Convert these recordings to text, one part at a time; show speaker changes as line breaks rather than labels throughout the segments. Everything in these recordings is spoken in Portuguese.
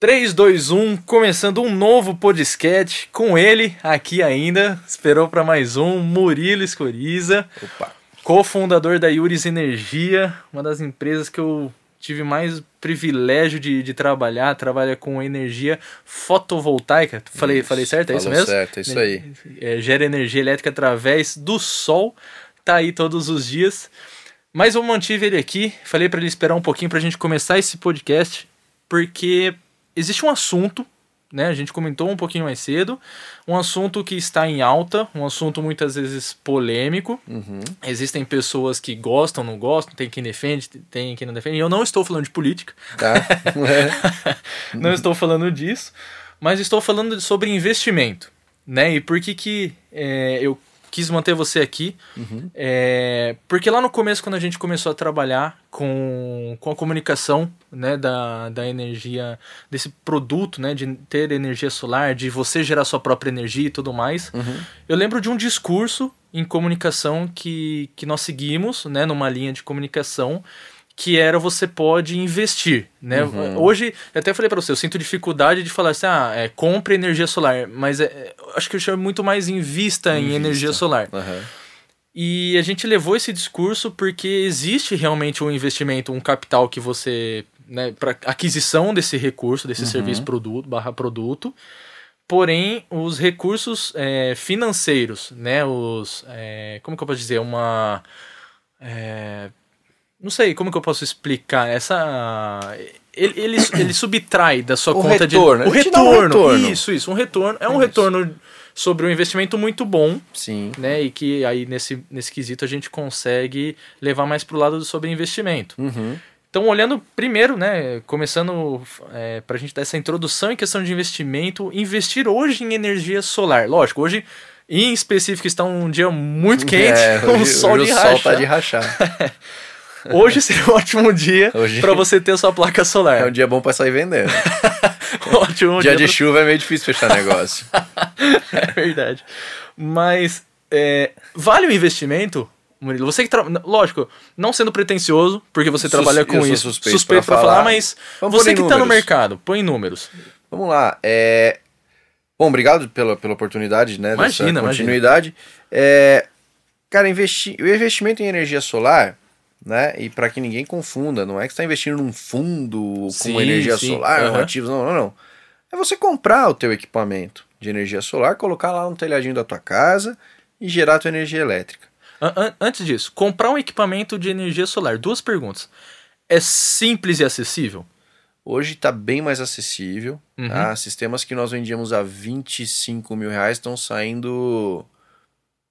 3, 2, 1, começando um novo podcast com ele aqui ainda. Esperou para mais um, Murilo Escoriza,
Opa.
cofundador da Iuris Energia, uma das empresas que eu tive mais privilégio de, de trabalhar. Trabalha com energia fotovoltaica. Falei, falei certo? É isso
Falou
mesmo?
certo, é isso aí.
É, gera energia elétrica através do sol, tá aí todos os dias. Mas eu mantive ele aqui, falei para ele esperar um pouquinho pra gente começar esse podcast, porque existe um assunto, né? A gente comentou um pouquinho mais cedo, um assunto que está em alta, um assunto muitas vezes polêmico.
Uhum.
Existem pessoas que gostam, não gostam, tem quem defende, tem quem não defende. E eu não estou falando de política,
Tá? É.
não estou falando disso, mas estou falando de- sobre investimento, né? E por que que é, eu quis manter você aqui?
Uhum.
É, porque lá no começo, quando a gente começou a trabalhar com, com a comunicação, né, da, da energia, desse produto, né, de ter energia solar, de você gerar sua própria energia e tudo mais,
Uhum.
eu lembro de um discurso em comunicação que, que nós seguimos, né, numa linha de comunicação, que era você pode investir, né?
Uhum.
Hoje, eu até falei para você, eu sinto dificuldade de falar assim, ah, é, compre energia solar, mas é- é, acho que eu chamo muito mais invista em
Invista.
energia solar.
Aham.
E a gente levou esse discurso porque existe realmente um investimento, um capital que você. Né, para aquisição desse recurso, desse
Uhum.
serviço produto, barra produto. Porém, os recursos é, financeiros, né? Os. é, como que eu posso dizer? Uma. é, não sei, como que eu posso explicar? Essa. Ele, ele, ele subtrai da sua
O
conta
retorno,
de. O
ele te dá um
retorno.
retorno.
Isso, isso. Um retorno. É um retorno sobre um investimento muito bom
Sim.
né? E que aí nesse, nesse quesito a gente consegue levar mais pro lado do sobre investimento.
Uhum.
Então, olhando primeiro, né? Começando para a gente dar essa introdução em questão de investimento, investir hoje em energia solar. Lógico, hoje em específico está um dia muito quente,
É,
um
hoje-
sol
hoje
de
o
racha.
sol tá de rachar.
Hoje seria um ótimo dia
Hoje-
para você ter a sua placa
É um
solar.
dia bom pra sair vendendo.
ótimo
dia de
pra-
chuva é meio difícil fechar negócio.
É verdade. Mas é, vale o investimento, Murilo? Você que tra... Lógico, não sendo pretencioso, porque você
Sus-
trabalha
eu
com
sou
isso.
suspeito
pra
pra
falar,
falar.
mas
Vamos
você
pôr em
que tá no
números.
mercado, põe números.
Vamos lá. É... Bom, obrigado pela, pela oportunidade, né? dessa
Imagina, imagina.
continuidade. É... Cara, investi... o investimento em energia solar, né? E para que ninguém confunda, não é que você está investindo num fundo
Sim,
com energia
sim,
solar,
aham.
ativos, não, não, não. É você comprar o teu equipamento de energia solar, colocar lá no telhadinho da tua casa e gerar a tua energia elétrica.
An- an- antes disso, comprar um equipamento de energia solar. Duas perguntas. É simples e acessível?
Hoje está bem mais acessível.
Uhum.
Tá? Sistemas que nós vendíamos a 25 mil reais estão saindo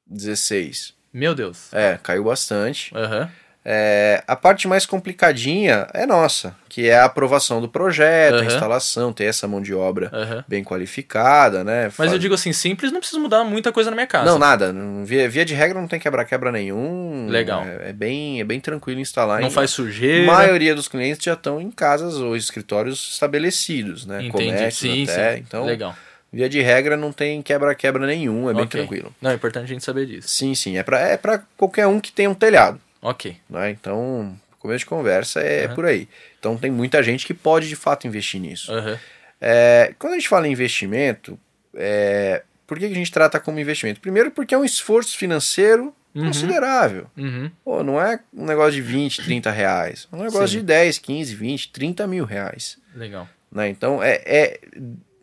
16.
Meu Deus.
É, caiu bastante.
Aham.
É, a parte mais complicadinha é nossa, que é a aprovação do projeto,
Aham.
a instalação, ter essa mão de obra
aham.
bem qualificada, né?
Mas
Faz-
eu digo assim, simples não precisa mudar muita coisa na minha casa.
Não, nada. não- Via, via de regra não tem quebra-quebra nenhum.
Legal.
É, é bem, é bem tranquilo instalar.
Não
E
faz
A
sujeira.
maioria dos clientes já estão em casas ou escritórios estabelecidos, né?
Entendi.
Comércios
sim,
até.
sim.
Então,
Legal.
via de regra não tem quebra-quebra nenhum, é bem
Ok.
tranquilo.
Não, é importante a gente saber disso.
Sim, sim. É pra, é pra qualquer um que tenha um telhado.
Ok.
né? Então, começo de conversa é
Aham.
por aí. Então, tem muita gente que pode de fato investir nisso.
Aham.
É, quando a gente fala em investimento, é, por que que a gente trata como investimento? Primeiro, porque é um esforço financeiro
Uhum.
considerável.
Uhum.
Pô, não é um negócio de 20, 30 reais. É um negócio
Sim.
de 10, 15, 20, 30 mil reais.
Legal.
né? Então, é, é-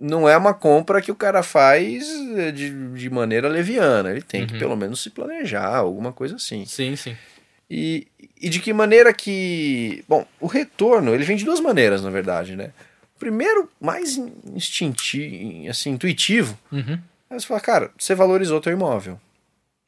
não é uma compra que o cara faz é, de, de maneira leviana. Ele tem que
Uhum.
pelo menos se planejar, alguma coisa assim.
Sim, sim.
E, e de que maneira que. Bom, o retorno ele vem de duas maneiras, na verdade, né? Primeiro, mais in- instintivo, assim, intuitivo,
Uhum.
é você fala, cara, você valorizou teu imóvel.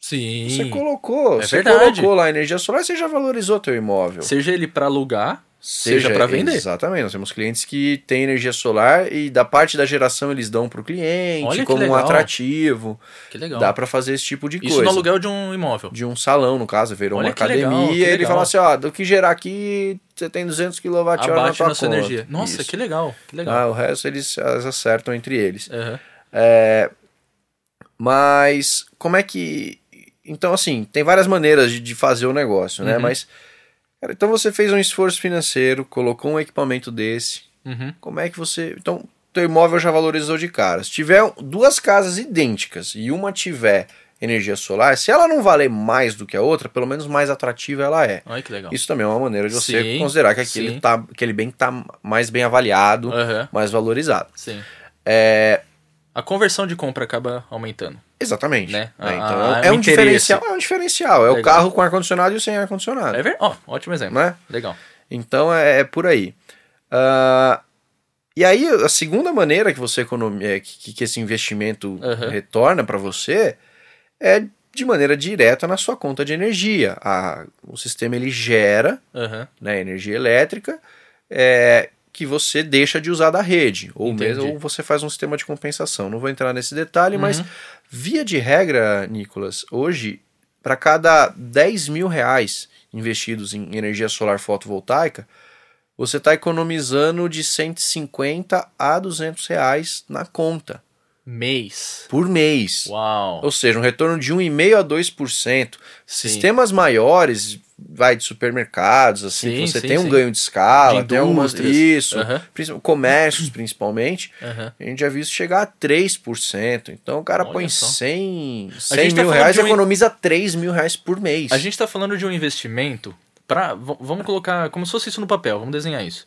Sim.
Você colocou,
É
você
verdade.
colocou lá a energia solar, você já valorizou teu imóvel.
Seja ele para alugar, seja para vender.
Exatamente. Nós temos clientes que têm energia solar e da parte da geração eles dão para o
Olha
cliente
que
como um
legal.
atrativo.
Que legal.
Dá para fazer esse tipo de
Isso
coisa.
no aluguel de um imóvel.
de um salão, no caso, virou
Olha
uma
que legal, que
academia, e ele
legal.
fala assim, ó, do que gerar aqui, você tem 200 kWh na tua
Abate na sua
conta.
energia. Nossa,
Isso.
que legal. Que legal.
Ah, o resto eles elas acertam entre eles.
Aham.
Mas como é que... Então, assim, tem várias maneiras de, de fazer o negócio, né?
Uhum.
Mas, cara, então você fez um esforço financeiro, colocou um equipamento desse,
Uhum.
Como é que você. Então, teu imóvel já valorizou de cara. Se tiver duas casas idênticas e uma tiver energia solar, se ela não valer mais do que a outra, pelo menos mais atrativa ela é.
Olha que legal.
Isso também é uma maneira de você
Então. Sim,
considerar que aquele,
sim. É.
tá, aquele bem está mais bem avaliado,
Aham,
mais valorizado.
Sim.
É,
A conversão de compra acaba aumentando.
exatamente.
Né?
É, então
Ah,
é,
o
um
interesse.
diferencial, é um diferencial. É o
Legal.
carro com ar-condicionado e o sem ar-condicionado.
É ver... Ó, ótimo exemplo.
Né?
Legal.
Então é, é por aí. Ah, e aí, a segunda maneira que você economi- é, que, que esse investimento
Aham.
retorna para você é de maneira direta na sua conta de energia. A- o sistema ele gera
Aham.
né, energia elétrica é, que você deixa de usar da rede. Ou
Entendi.
mesmo ou você faz um sistema de compensação. Não vou entrar nesse detalhe,
Uhum.
mas via de regra, Nicolas, hoje, para cada 10 mil reais investidos em energia solar fotovoltaica, você está economizando de 150 a 200 reais na conta
Mês.
por mês.
Uau.
Ou seja, um retorno de 1,5% a 2%.
Sim.
Sistemas maiores, vai de supermercados, assim, que
Sim,
você
sim,
tem um
sim.
ganho de escala,
De
tem algumas.
indústrias.
Isso.
Aham,
principal- Comércios, principalmente.
aham.
A gente já viu isso chegar a 3%. Então o cara
Olha
põe
só.
100, 100
gente tá
mil
falando
reais e
de um-
economiza 3 mil reais por mês.
A gente tá falando de um investimento pra. v- Vamos colocar como se fosse isso no papel, vamos desenhar isso.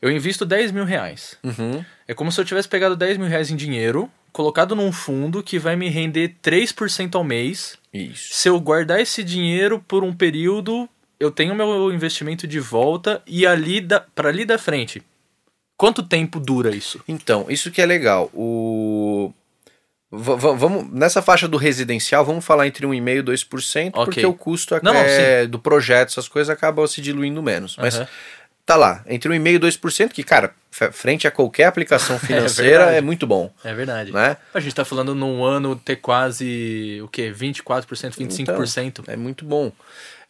Eu invisto 10 mil reais.
Uhum.
É como se eu tivesse pegado 10 mil reais em dinheiro, colocado num fundo que vai me render 3% ao mês.
Isso.
Se eu guardar esse dinheiro por um período, eu tenho meu investimento de volta e ali da, pra ali da frente. Quanto tempo dura isso?
Então, isso que é legal. O... va- va- Vamos, nessa faixa do residencial, vamos falar entre 1,5% e 2%,
Ok.
porque o custo
Não, não,
é, do projeto, essas coisas, acabam se diluindo menos. Mas
Aham.
tá lá, entre 1,5% e 2%, que, cara, f- frente a qualquer aplicação financeira, é,
verdade.
muito bom,
É verdade.
né?
A gente tá falando num ano ter quase o quê? 24%, 25%.
É muito bom.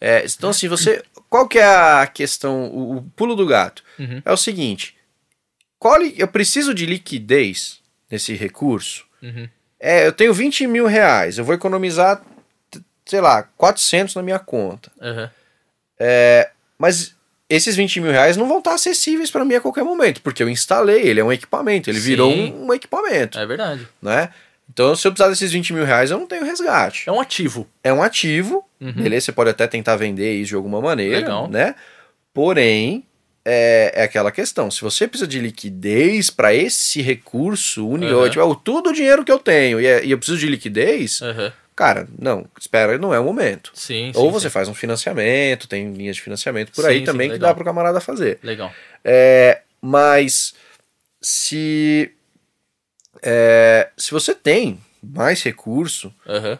É, então, assim, você. Qual que é a questão, o, o pulo do gato?
Uhum.
É o seguinte: qual, li- eu preciso de liquidez nesse recurso.
Uhum.
É, eu tenho 20 mil reais, eu vou economizar, t- sei lá, 400 na minha conta.
Aham.
Mas esses 20 mil reais não vão estar acessíveis para mim a qualquer momento, porque eu instalei, ele é um equipamento, ele
Sim.
virou um, um equipamento,
É verdade.
né? Então, se eu precisar desses 20 mil reais, eu não tenho resgate.
É um ativo.
É um ativo,
Uhum.
beleza? Você pode até tentar vender isso de alguma maneira,
Legal.
né? Porém, é, é aquela questão. Se você precisa de liquidez para esse recurso único,
Aham.
tipo, ah, o- tudo o dinheiro que eu tenho e, é- e eu preciso de liquidez,
Aham.
cara, não, espera, não é o momento.
Sim, sim.
Ou você
sim.
faz um financiamento, tem linhas de financiamento por
Sim,
aí
sim,
também que
legal.
dá para o camarada fazer.
Legal.
É, mas se é, se você tem mais recurso,
Aham.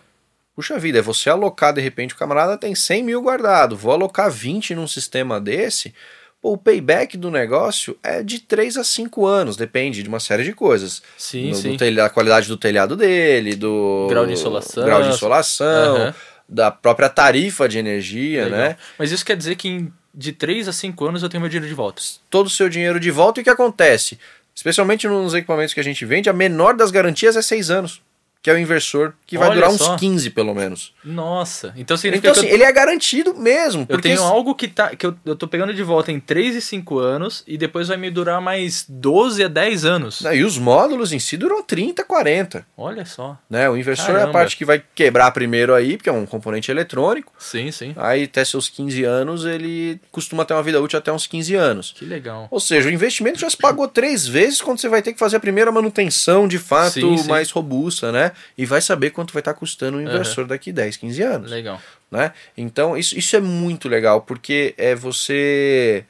puxa vida, é você alocar de repente o camarada tem 100 mil guardado, vou alocar 20 num sistema desse. pô, O payback do negócio é de 3 a 5 anos, depende de uma série de coisas.
Sim,
No-
sim.
no telha- da qualidade do telhado dele, do
Grau de insolação.
grau de insolação,
Aham.
da própria tarifa de energia,
Legal.
né?
Mas isso quer dizer que em- de 3 a 5 anos eu tenho meu dinheiro de volta.
Todo o seu dinheiro de volta. E o que acontece? Especialmente nos equipamentos que a gente vende, a menor das garantias é seis anos, que é o inversor, que vai
Olha
durar
só.
uns 15 pelo menos.
Nossa. Então significa
Então, assim,
que eu,
ele é garantido mesmo.
eu
Porque
tenho algo que, tá, que eu, eu tô pegando de volta em 3 e 5 anos e depois vai me durar mais 12 a 10 anos.
né, E os módulos em si duram 30, 40.
Olha só.
Né? O inversor é a
Caramba.
parte que vai quebrar primeiro aí, porque é um componente eletrônico.
Sim, sim.
Aí, até seus 15 anos, ele costuma ter uma vida útil até uns 15 anos.
Que legal.
Ou seja, o investimento já se pagou três vezes quando você vai ter que fazer a primeira manutenção de fato
Sim, sim.
mais robusta, né? E vai saber quanto vai estar custando o inversor daqui 10, 15 anos,
Legal.
né? Então, isso, isso é muito legal, porque é você...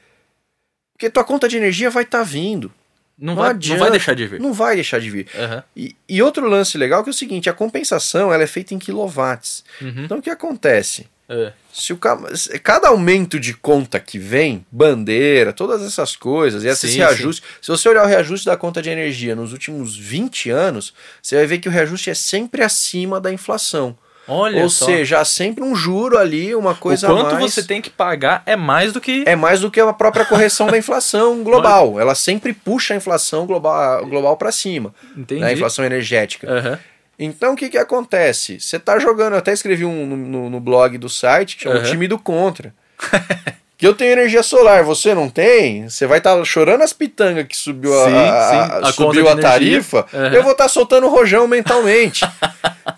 Porque tua conta de energia vai estar vindo,
Não,
Não
vai, não
adianta.
vai deixar de vir.
não vai deixar de vir.
Aham.
E, e outro lance legal que é o seguinte, a compensação ela é feita em quilowatts.
Uhum.
Então, o que acontece?
É.
Se o ca- se- cada aumento de conta que vem, bandeira, todas essas coisas, e esses
Sim,
reajustes. Se você olhar o reajuste da conta de energia nos últimos 20 anos, você vai ver que o reajuste é sempre acima da inflação.
Olha
Ou
só.
seja, há sempre um juro ali, uma coisa
o quanto
a mais.
você tem que pagar é mais do que
É mais do que a própria correção da inflação global. Ela sempre puxa a inflação global, global para cima,
Entendi.
né? a inflação energética.
Aham.
Então o que, que acontece? Você tá jogando, eu até escrevi um no, no- no blog do site, que chama o
Aham.
time do contra. que eu tenho energia solar, você não tem, você vai estar chorando as pitangas que subiu a,
Sim, sim,
a-
a
subiu
conta
a
de
tarifa,
energia.
eu vou estar soltando o rojão mentalmente.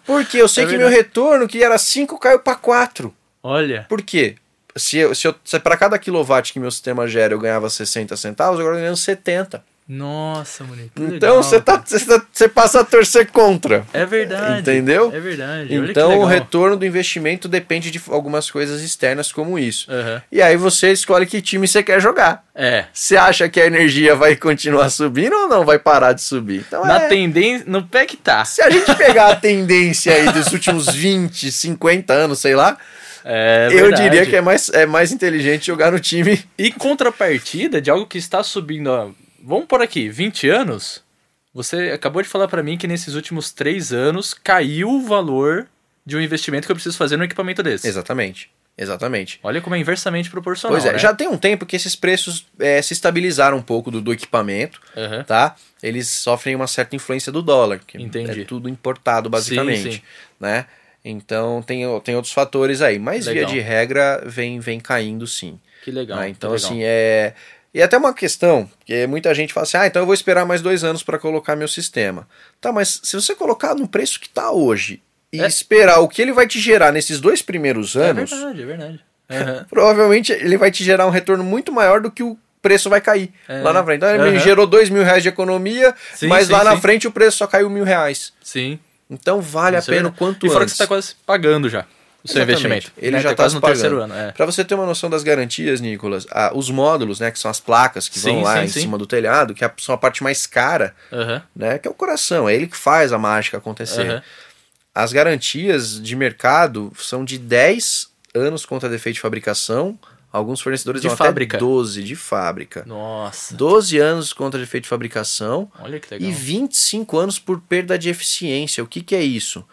Porque eu sei
É
que meu retorno, que era 5, caiu para 4.
Olha.
Por quê? Se, eu- se, eu- se para cada kilowatt que meu sistema gera eu ganhava 60 centavos, agora eu ganho 70.
Nossa, moleque. que
Então
legal,
você tá,
cara.
você tá- você passa a torcer contra.
É verdade.
Entendeu?
É verdade. Olha que
Então o
legal.
retorno do investimento depende de algumas coisas externas como isso.
Aham.
E aí você escolhe que time você quer jogar.
É.
Você acha que a energia vai continuar subindo ou não vai parar de subir? Então
Na
é-
tendência. No pé que tá.
se a gente pegar a tendência aí dos últimos 20, 50 anos, sei lá,
É
eu
verdade.
diria que é mais, é mais inteligente jogar no time
Em contrapartida de algo que está subindo há, vamos por aqui, 20 anos, você acabou de falar para mim que nesses últimos 3 anos caiu o valor de um investimento que eu preciso fazer num equipamento desse.
Exatamente, exatamente.
Olha como é inversamente proporcional,
Pois é,
né?
já tem um tempo que esses preços é, se estabilizaram um pouco do, do equipamento,
Aham.
tá? Eles sofrem uma certa influência do dólar, que
Entendi.
é tudo importado basicamente,
Sim, sim.
né? Então tem, o- tem outros fatores aí, mas
Legal.
via de regra vem, vem caindo sim.
Que legal.
né? Então
que legal.
assim, é... E até uma questão, que muita gente fala assim, ah, então eu vou esperar mais dois anos para colocar meu sistema. Tá, mas se você colocar no preço que tá hoje e
É.
esperar o que ele vai te gerar nesses dois primeiros
É
anos
verdade, é verdade. Aham.
provavelmente ele vai te gerar um retorno muito maior do que o preço vai cair
É.
lá na frente. Então ele me
Aham.
gerou dois mil reais de economia,
Sim,
mas
sim,
lá na
sim.
frente o preço só caiu mil reais.
Sim.
Então vale
Isso
a
é
pena o
verdade.
quanto
E fora que
antes.
você tá quase pagando já o seu
Exatamente.
investimento.
Ele
né?
já
tá
tá
quase
se
no terceiro
pagando.
ano. É.
Pra você ter uma noção das garantias, Nicolas, ah, os módulos, né, que são as placas que
Sim,
vão lá
sim,
em
sim.
cima do telhado, que é a- são a parte mais cara,
Aham,
né, que é o coração, é ele que faz a mágica acontecer.
aham.
As garantias de mercado são de 10 anos contra defeito de fabricação, alguns fornecedores
De
dão
fábrica.
até 12 de fábrica.
Nossa,
12 anos contra defeito de fabricação
olha que
e
legal.
25 anos por perda de eficiência. O que, que é isso?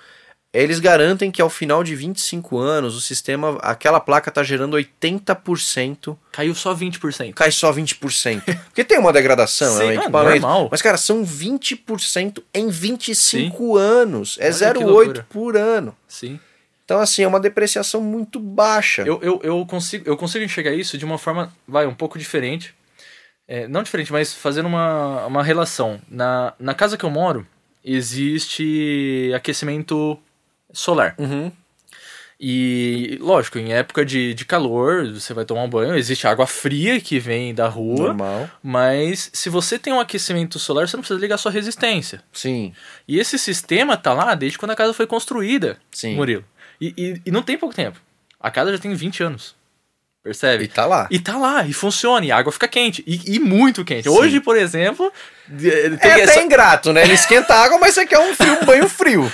Eles garantem que ao final de 25 anos o sistema, aquela placa está gerando 80%,
Caiu só 20%.
cai só 20%. Porque tem uma degradação,
Sim,
é um
ah,
equipamento.
normal.
Mas cara, são 20% em 25 anos. É
Olha que
0,8
loucura.
por ano.
Sim.
Então assim, é uma depreciação muito baixa.
Eu, eu, eu, consigo, eu consigo enxergar isso de uma forma, vai, um pouco diferente. É, não diferente, mas fazendo uma, uma relação. Na, na casa que eu moro, existe aquecimento solar.
Uhum.
E, lógico, em época de, de calor, você vai tomar um banho, existe água fria que vem da rua.
Normal.
Mas se você tem um aquecimento solar, você não precisa ligar sua resistência.
Sim,
E esse sistema tá lá desde quando a casa foi construída,
sim.
Murilo. E, e, e não tem pouco tempo. A casa já tem 20 anos. Percebe?
E tá lá.
E tá lá, e funciona, e a água fica quente, e, e muito quente.
Sim.
Hoje, por exemplo, de- eh, tem
É até
essa-
ingrato, né? Ele esquenta a água, mas você quer um, frio, um banho frio.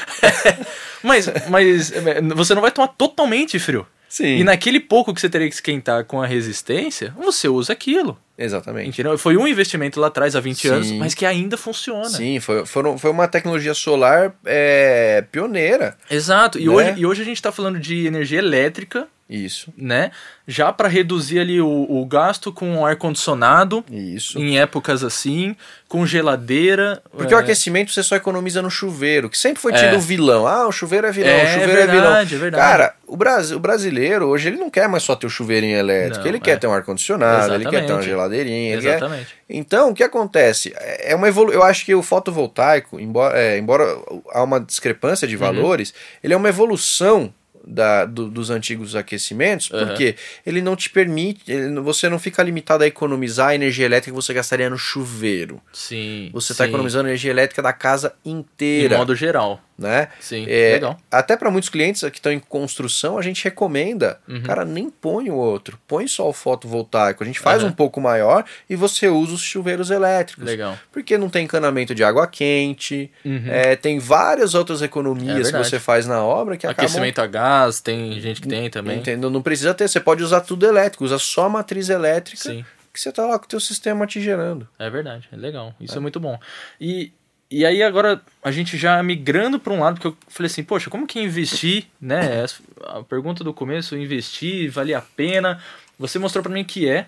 mas, mas é, você não vai tomar totalmente frio.
Sim.
E naquele pouco que você teria que esquentar com a resistência, você usa aquilo.
Exatamente.
Entendeu? Foi um investimento lá atrás, há 20
Sim.
anos, mas que ainda funciona.
Sim, foi, foram, foi uma tecnologia solar é, pioneira.
Exato. E,
Né?
hoje, e hoje a gente tá falando de energia elétrica,
Isso,
né? Já para reduzir ali o, o gasto com ar-condicionado,
isso.
em épocas assim, com geladeira.
Porque
é,
o aquecimento você só economiza no chuveiro, que sempre foi
É.
tido o vilão. Ah, o chuveiro é vilão,
É,
o chuveiro
verdade,
é vilão.
é verdade.
Cara, o, Brasi o brasileiro hoje ele não quer mais só ter o chuveirinho elétrico,
Não,
ele
é.
quer ter um ar-condicionado, ele quer ter uma
Exatamente.
geladeirinha, ele quer
Exatamente.
Então, o que acontece? É uma evolu... Eu acho que o fotovoltaico, embora, é, embora há uma discrepância
Uhum.
de valores, ele é uma evolução da- do- dos antigos aquecimentos,
Uhum.
porque ele não te permite, ele não- você não fica limitado a economizar a energia elétrica que você gastaria no chuveiro.
Sim.
Você tá está
sim.
economizando energia elétrica da casa
De
inteira,
modo geral.
né?
Sim.
É,
Legal.
Até para muitos clientes que estão em construção, a gente recomenda,
Uhum.
cara, nem põe o outro, põe só o fotovoltaico. A gente faz
Aham.
um pouco maior e você usa os chuveiros elétricos.
Legal.
Porque não tem encanamento de água quente,
Uhum.
é, tem várias outras
É
economias que
verdade.
você faz na obra que
Aquecimento a gás, tem gente que tem
acabam.
também.
Entendeu? Não precisa ter, você pode usar tudo elétrico, usa só a matriz elétrica
Sim.
que você tá lá com o teu sistema te gerando.
É verdade, é legal. Isso é, muito bom. E, e aí agora a gente já migrando para um lado, porque eu falei assim, poxa, como que investir, né? Essa- A pergunta do começo, investir, vale a pena? Você mostrou para mim que é.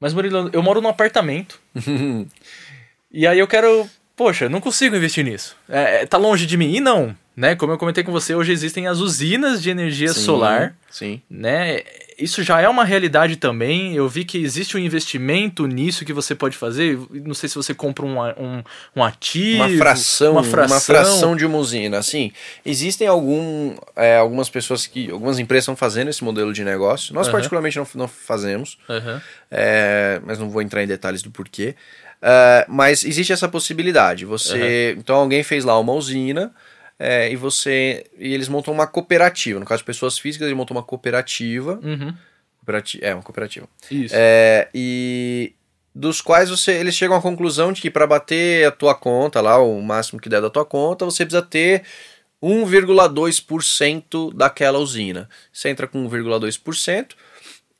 Mas Murilo, eu moro num apartamento. E aí eu quero, poxa, não consigo investir nisso. É, é, tá longe de mim. E não, Né? Como eu comentei com você, hoje existem as usinas de energia
Sim,
solar,
Sim.
né? Isso já é uma realidade também. Eu vi que existe um investimento nisso que você pode fazer. Não sei se você compra um, a- um, um ativo,
Uma fração,
uma
uma
fração.
fração, de uma usina. Assim, existem algum, é, algumas pessoas que. Algumas empresas estão fazendo esse modelo de negócio. Nós,
Aham.
particularmente, não, não fazemos.
Aham.
É, mas não vou entrar em detalhes do porquê. É, mas existe essa possibilidade. Você, então alguém fez lá uma usina é, e você e eles montam uma cooperativa. No caso de pessoas físicas, eles montam uma cooperativa.
Uhum.
Cooperati- é uma cooperativa.
Isso.
É, e dos quais você, eles chegam à conclusão de que para bater a tua conta lá, o máximo que der da tua conta, você precisa ter 1,2% daquela usina. Você entra com 1,2%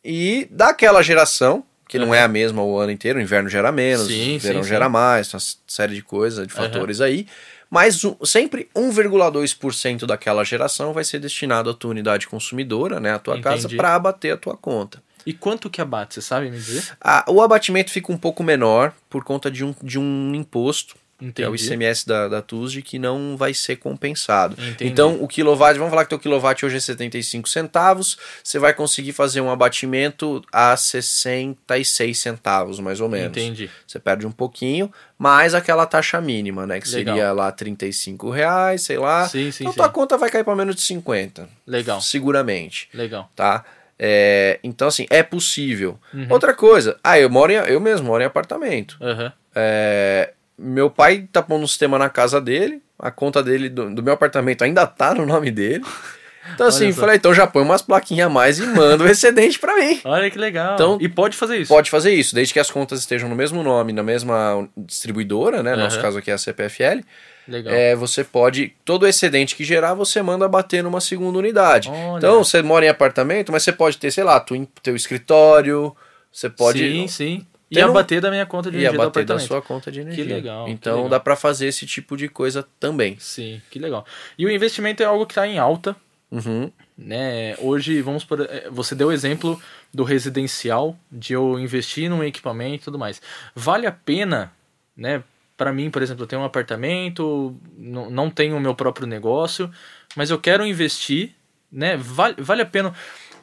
e daquela geração, que não é a mesma o ano inteiro, o inverno gera menos,
Sim,
o verão
sim,
gera mais, tem uma série de coisas, de
Aham.
fatores aí. Mas o- sempre 1,2% daquela geração vai ser destinado à tua unidade consumidora, né, à tua casa,
Entendi.
para abater a tua conta.
E quanto que abate, você sabe me dizer?
Ah, o abatimento fica um pouco menor por conta de um, de um imposto, que é o
Entendi.
ICMS da, da TUSD, que não vai ser compensado.
Entendi.
Então, o quilowatt, vamos falar que teu quilowatt hoje é 75 centavos, você vai conseguir fazer um abatimento a 66 centavos, mais ou menos.
Entendi.
Você perde um pouquinho, mais aquela taxa mínima, né? Que
Legal.
seria lá 35 reais, sei lá.
Sim, sim,
então,
sim.
tua conta vai cair para menos de 50.
Legal,
Seguramente
legal.
tá? É, então, assim, é possível.
Uhum.
Outra coisa, ah, eu moro em, eu mesmo moro em apartamento.
Aham.
É, meu pai tá pondo um sistema na casa dele, a conta dele do, do meu apartamento ainda tá no nome dele. Então, assim,
só.
falei, então já põe umas plaquinhas a mais e manda o excedente pra mim.
Olha que legal.
Então-
e pode fazer isso.
Pode fazer isso, desde que as contas estejam no mesmo nome, na mesma distribuidora, né? No nosso
Aham.
caso aqui é a CPFL.
Legal.
É, você pode, todo o excedente que gerar, você manda bater numa segunda unidade.
Olha.
Então, você mora em apartamento, mas você pode ter, sei lá, tu, teu escritório, você pode
Sim, sim. E
Tem um-
abater da minha conta de
ir
energia do
abater da
apartamento.
sua conta de energia.
legal, que
Então,
legal.
dá pra fazer esse tipo de coisa também.
Sim, que legal. E o investimento é algo que está em alta,
Uhum,
né? Hoje, vamos por. eh, Você deu o exemplo do residencial, de eu investir num equipamento e tudo mais. Vale a pena, né? Para mim, por exemplo, eu tenho um apartamento, não, não tenho o meu próprio negócio, mas eu quero investir, né? Vale, vale a pena.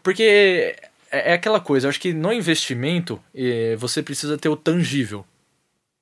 Porque é, é aquela coisa, eu acho que no investimento eh, você precisa ter o tangível.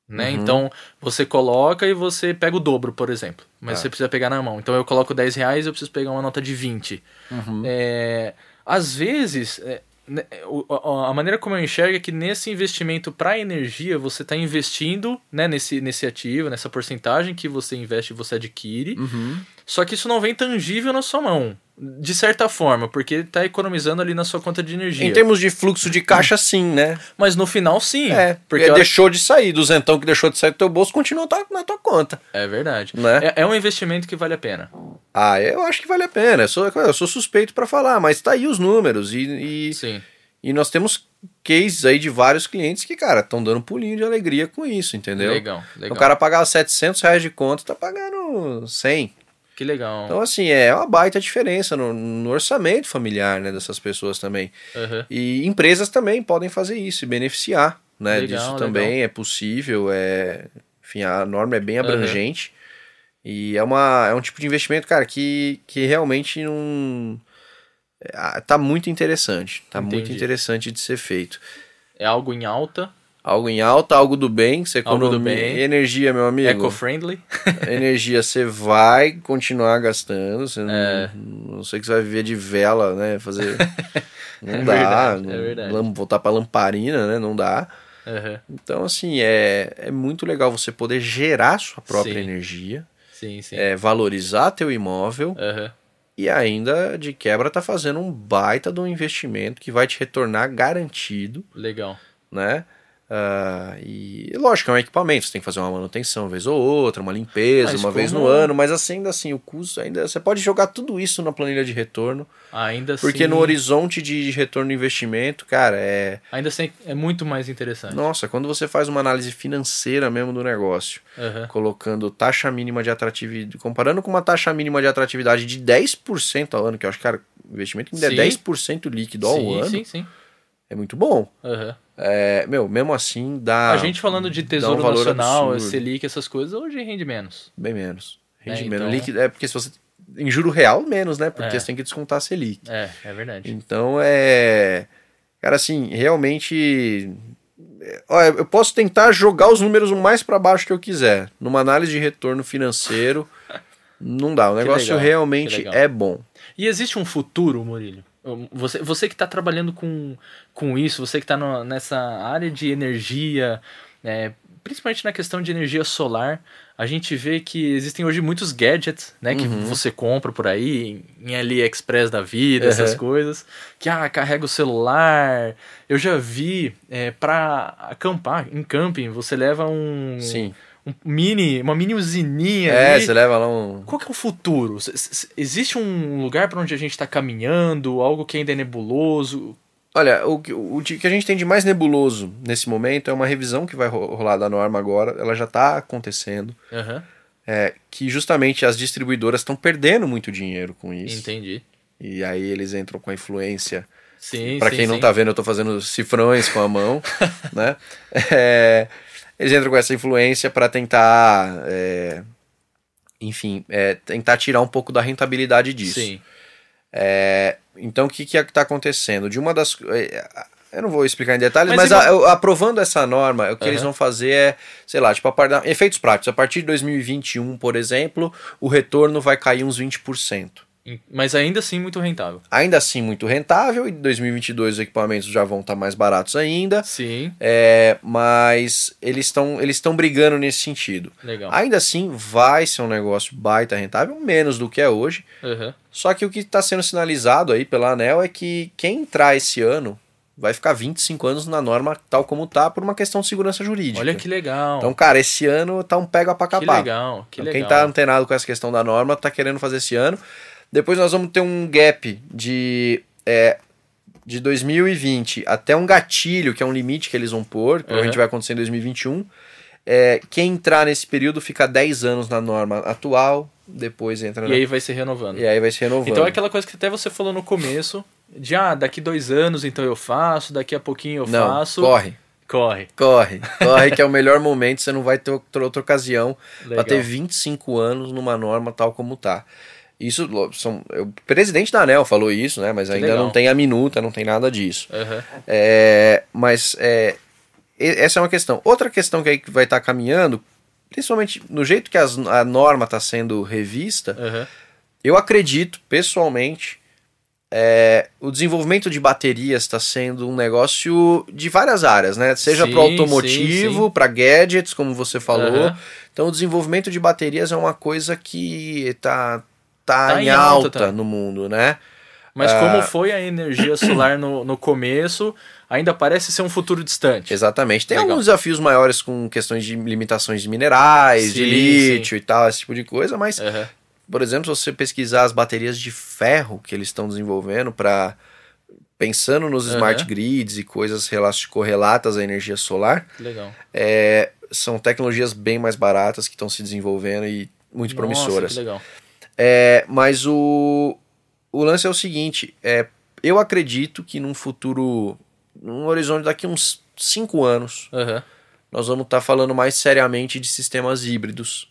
Né? Então você coloca e você pega o dobro, por exemplo. Mas
Tá.
você precisa pegar na mão. Então eu coloco 10 reais eu preciso pegar uma nota de 20.
uhum.
É, às vezes, é, né, o- a a maneira como eu enxergo é que nesse investimento para energia, você está investindo né, nesse, nesse ativo, nessa porcentagem que você investe e você adquire.
Uhum.
Só que isso não vem tangível na sua mão. De certa forma, porque está economizando ali na sua conta de energia.
Em termos de fluxo de caixa, sim, né?
Mas no final, sim.
É, porque
eu acho-
deixou de sair, duzentão que deixou de sair do teu bolso, continua tá- na tua conta,
é verdade.
né?
É, é um investimento que vale a pena.
Ah, eu acho que vale a pena, eu sou, eu sou suspeito pra falar, mas tá aí os números e- e
Sim.
E nós temos cases aí de vários clientes que, cara, estão dando um pulinho de alegria com isso, entendeu?
Legal, legal.
O cara pagava 700 reais de conta, tá pagando 100.
Que legal.
Então, assim, é uma baita diferença no, no orçamento familiar, né, dessas pessoas também.
Aham.
E empresas também podem fazer isso e beneficiar, né,
Legal,
disso
legal.
também, é possível, é... Enfim, a norma é bem abrangente. E é, uma, é um tipo de investimento, cara, que, que realmente não... é, Tá muito interessante. Tá muito
Entendi.
interessante de ser feito.
É algo em alta,
Algo em alta, algo do bem, você
Algo do
economia.
bem.
Energia, meu amigo.
eco-friendly.
energia você vai continuar gastando. Você não,
É.
não sei que você vai viver de vela, né? Fazer. Não
É
dá.
verdade,
não-
é verdade.
lam- voltar pra lamparina, né? Não dá.
Aham.
Então, assim, é, é muito legal você poder gerar sua própria
Sim.
energia,
Sim, sim.
é, valorizar teu imóvel
Aham.
e ainda de quebra tá fazendo um baita de um investimento que vai te retornar garantido.
Legal.
né? Ah, e lógico, é um equipamento, você tem que fazer uma manutenção uma vez ou outra, uma limpeza,
Mas
uma vez no
como-
ano, mas assim, ainda assim, o custo ainda. Você pode jogar tudo isso na planilha de retorno,
Ainda
porque
assim,
no horizonte de retorno do investimento, cara, é.
ainda assim é muito mais interessante.
Nossa, quando você faz uma análise financeira mesmo do negócio,
Aham.
colocando taxa mínima de atratividade, comparando com uma taxa mínima de atratividade de 10% ao ano, que eu acho, cara, investimento que ainda
Sim.
é 10% líquido ao
sim,
ano,
sim, sim.
é muito bom.
Aham.
É, meu, mesmo assim dá.
a gente falando de
dá um
Tesouro
valor
Nacional,
absurdo.
Selic, essas coisas, hoje rende menos.
Bem menos. Rende
É, É.
menos.
então-
Líquido, é porque se você em juro real menos, né? Porque você tem que descontar a Selic.
É, é verdade.
Então é. Cara, assim, realmente. é, Olha, eu posso tentar jogar os números o mais para baixo que eu quiser. Numa análise de retorno financeiro, não dá. O negócio
legal, que
realmente
legal.
é bom.
E existe um futuro, Murilo? Você, você que está trabalhando com, com isso, você que está nessa área de energia, é, principalmente na questão de energia solar, a gente vê que existem hoje muitos gadgets né, que
Uhum.
você compra por aí, em, em AliExpress da vida, essas
Uhum.
coisas, que ah, carrega o celular. Eu já vi é, para acampar, em camping, você leva um,
Sim.
um mini, uma mini usininha.
É,
ali,
você leva lá um.
qual que é o futuro? S- s- Existe um lugar para onde a gente está caminhando, algo que ainda é nebuloso?
Olha, o, que- o de- que a gente tem de mais nebuloso nesse momento é uma revisão que vai ro- rolar da norma agora. Ela já está acontecendo.
Aham,
É, que justamente as distribuidoras estão perdendo muito dinheiro com isso.
entendi.
E aí eles entram com a influência
Sim,
Pra
sim,
quem não
sim.
tá vendo, eu tô fazendo cifrões com a mão, né? É, eles entram com essa influência pra tentar, é, enfim, é, tentar tirar um pouco da rentabilidade disso.
Sim,
É, então, o que que tá acontecendo? De uma das... é, Eu não vou explicar em detalhes,
Mas
mas, a- eu- aprovando essa norma, o que eles
Aham.
vão fazer é, sei lá, tipo, a par- efeitos práticos. A partir de 2021, por exemplo, o retorno vai cair uns 20%.
Em- mas ainda assim muito rentável.
Ainda assim, muito rentável. Em 2022, os equipamentos já vão estar mais baratos ainda.
Sim,
É, mas eles estão eles estão brigando nesse sentido.
legal.
Ainda assim, vai ser um negócio baita rentável, menos do que é hoje.
Aham.
Só que o que está sendo sinalizado aí pela ANEL é que quem entrar esse ano vai ficar 25 anos na norma tal como tá por uma questão de segurança jurídica.
Olha que legal.
Então, cara, esse ano tá um pega pra
que
capar.
legal, que
Então,
legal.
quem tá antenado com essa questão da norma tá querendo fazer esse ano. Depois nós vamos ter um gap de é, de 2020 até um gatilho, que é um limite que eles vão pôr, que provavelmente
Uhum.
vai acontecer em 2021. É, quem entrar nesse período fica 10 anos na norma atual, depois entra
E
na...
aí vai se renovando.
e aí vai se renovando.
Então é aquela coisa que até você falou no começo, de ah, daqui dois anos então eu faço, daqui a pouquinho eu
Não,
faço.
corre,
Corre.
corre, corre que é o melhor momento, você não vai ter outra, outra ocasião pra
Legal.
ter 25 anos numa norma tal como tá. Isso, lo- são, o presidente da ANEL falou isso, né? Mas ainda
legal.
não tem a minuta, não tem nada disso.
Aham.
É, mas é, e- essa é uma questão. Outra questão que aí vai estar caminhando, principalmente no jeito que as- a norma está sendo revista,
Aham.
eu acredito, pessoalmente, é, o desenvolvimento de baterias está sendo um negócio de várias áreas, né? Seja
Sim,
para automotivo, para gadgets, como você falou.
Aham.
Então, o desenvolvimento de baterias é uma coisa que está tá
Tá
em
em
alta,
alta, tá.
no mundo, né?
Mas como foi a energia solar no, no começo, ainda parece ser um futuro distante.
Exatamente. Tem
Legal.
alguns desafios maiores com questões de limitações de minerais, de
Sim,
lítio e tal, esse tipo de coisa, mas,
Aham.
por exemplo, se você pesquisar as baterias de ferro que eles estão desenvolvendo para pensando nos
Aham.
smart grids e coisas relax- correlatas à energia solar,
Legal.
é, são tecnologias bem mais baratas que estão se desenvolvendo e
Nossa,
muito promissoras.
que legal.
É, mas o, o lance é o seguinte: é, eu acredito que num futuro, num horizonte daqui uns 5 anos,
Aham.
nós vamos estar falando mais seriamente de sistemas híbridos,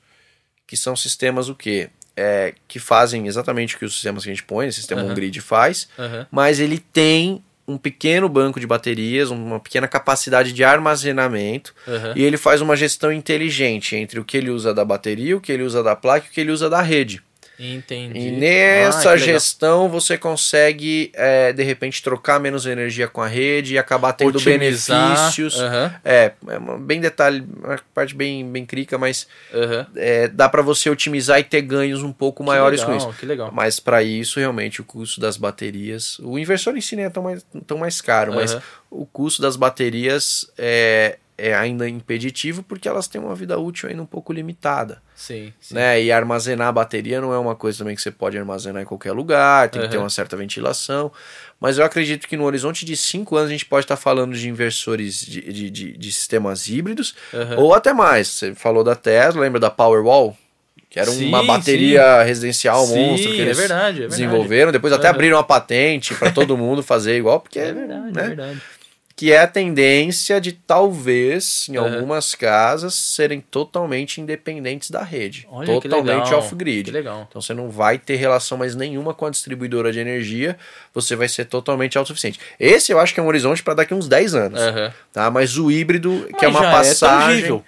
que são sistemas o quê? É, que fazem exatamente o que os sistemas que a gente põe, o sistema
Aham.
on-grid faz,
Aham.
mas ele tem um pequeno banco de baterias, um, uma pequena capacidade de armazenamento,
Aham.
e ele faz uma gestão inteligente entre o que ele usa da bateria, o que ele usa da placa e o que ele usa da rede.
Entendi.
E
Ah,
nessa
que legal.
gestão você consegue, é, de repente, trocar menos energia com a rede e acabar tendo
Otimizar.
benefícios.
Aham.
É, é uma- bem detalhe, uma parte bem, bem crica, mas
Aham.
é, dá para você otimizar e ter ganhos um pouco maiores
que legal,
com isso.
Que legal.
Mas para isso, realmente, o custo das baterias. O inversor em si nem é tão mais, tão mais caro, mas
Aham.
o custo das baterias é, é ainda impeditivo porque elas têm uma vida útil ainda um pouco limitada.
Sim. sim.
Né? E armazenar a bateria não é uma coisa também que você pode armazenar em qualquer lugar, tem que ter
Aham.
uma certa ventilação. Mas eu acredito que no horizonte de 5 anos a gente pode estar falando de inversores de, de, de- de sistemas híbridos,
Aham.
ou até mais. Você falou da Tesla, lembra da Powerwall? Que era
Sim,
uma bateria residencial
Sim,
um monstro que
é
eles
verdade, é verdade.
desenvolveram. Depois até
Aham.
abriram uma patente para todo mundo fazer igual, porque
É verdade,
né?
é verdade.
que é a tendência de talvez, em algumas casas, serem totalmente independentes da rede.
Olha, que
totalmente
legal.
off-grid.
Que legal.
Então você não vai ter relação mais nenhuma com a distribuidora de energia, você vai ser totalmente autossuficiente. Esse eu acho que é um horizonte para daqui uns 10 anos,
Aham.
tá? Mas o híbrido, que é
É. Mas
uma
já É
passagem,
tangível.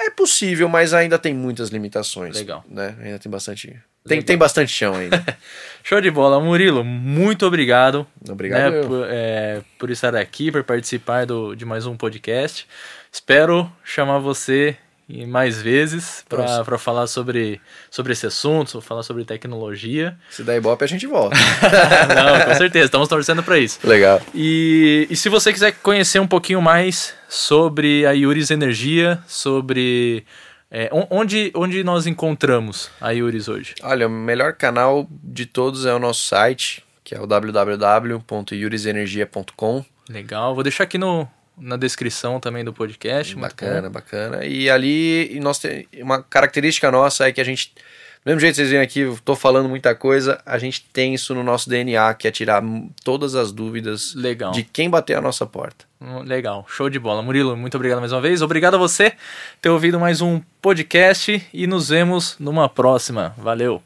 é possível, mas ainda tem muitas limitações,
Legal.
né? Ainda tem bastante tem,
Legal.
tem bastante chão ainda.
Show de bola. Murilo, muito obrigado.
Obrigado.
né,
eu.
por, é, por estar aqui, por participar do- de mais um podcast. Espero chamar você e mais vezes
Nossa.
para falar sobre, sobre esse assunto, falar sobre tecnologia.
Se der ibope a gente volta.
Não, com certeza, estamos torcendo para isso.
Legal.
E, e se você quiser conhecer um pouquinho mais sobre a Iuris Energia, sobre é, on- onde, onde nós encontramos a Iuris hoje.
Olha, o melhor canal de todos é o nosso site, que é o www.yurisenergia.com.
Legal, vou deixar aqui no, na descrição também do podcast. muito
Bacana, bacana. E ali e nós tem uma característica nossa é que a gente, do mesmo jeito que vocês viram aqui, eu tô falando muita coisa, a gente tem isso no nosso DNA, que é tirar m- todas as dúvidas
bom. Legal.
de quem bater a nossa porta.
Hum, Legal, show de bola. Murilo, muito obrigado mais uma vez. Obrigado a você ter ouvido mais um podcast e nos vemos numa próxima. Valeu!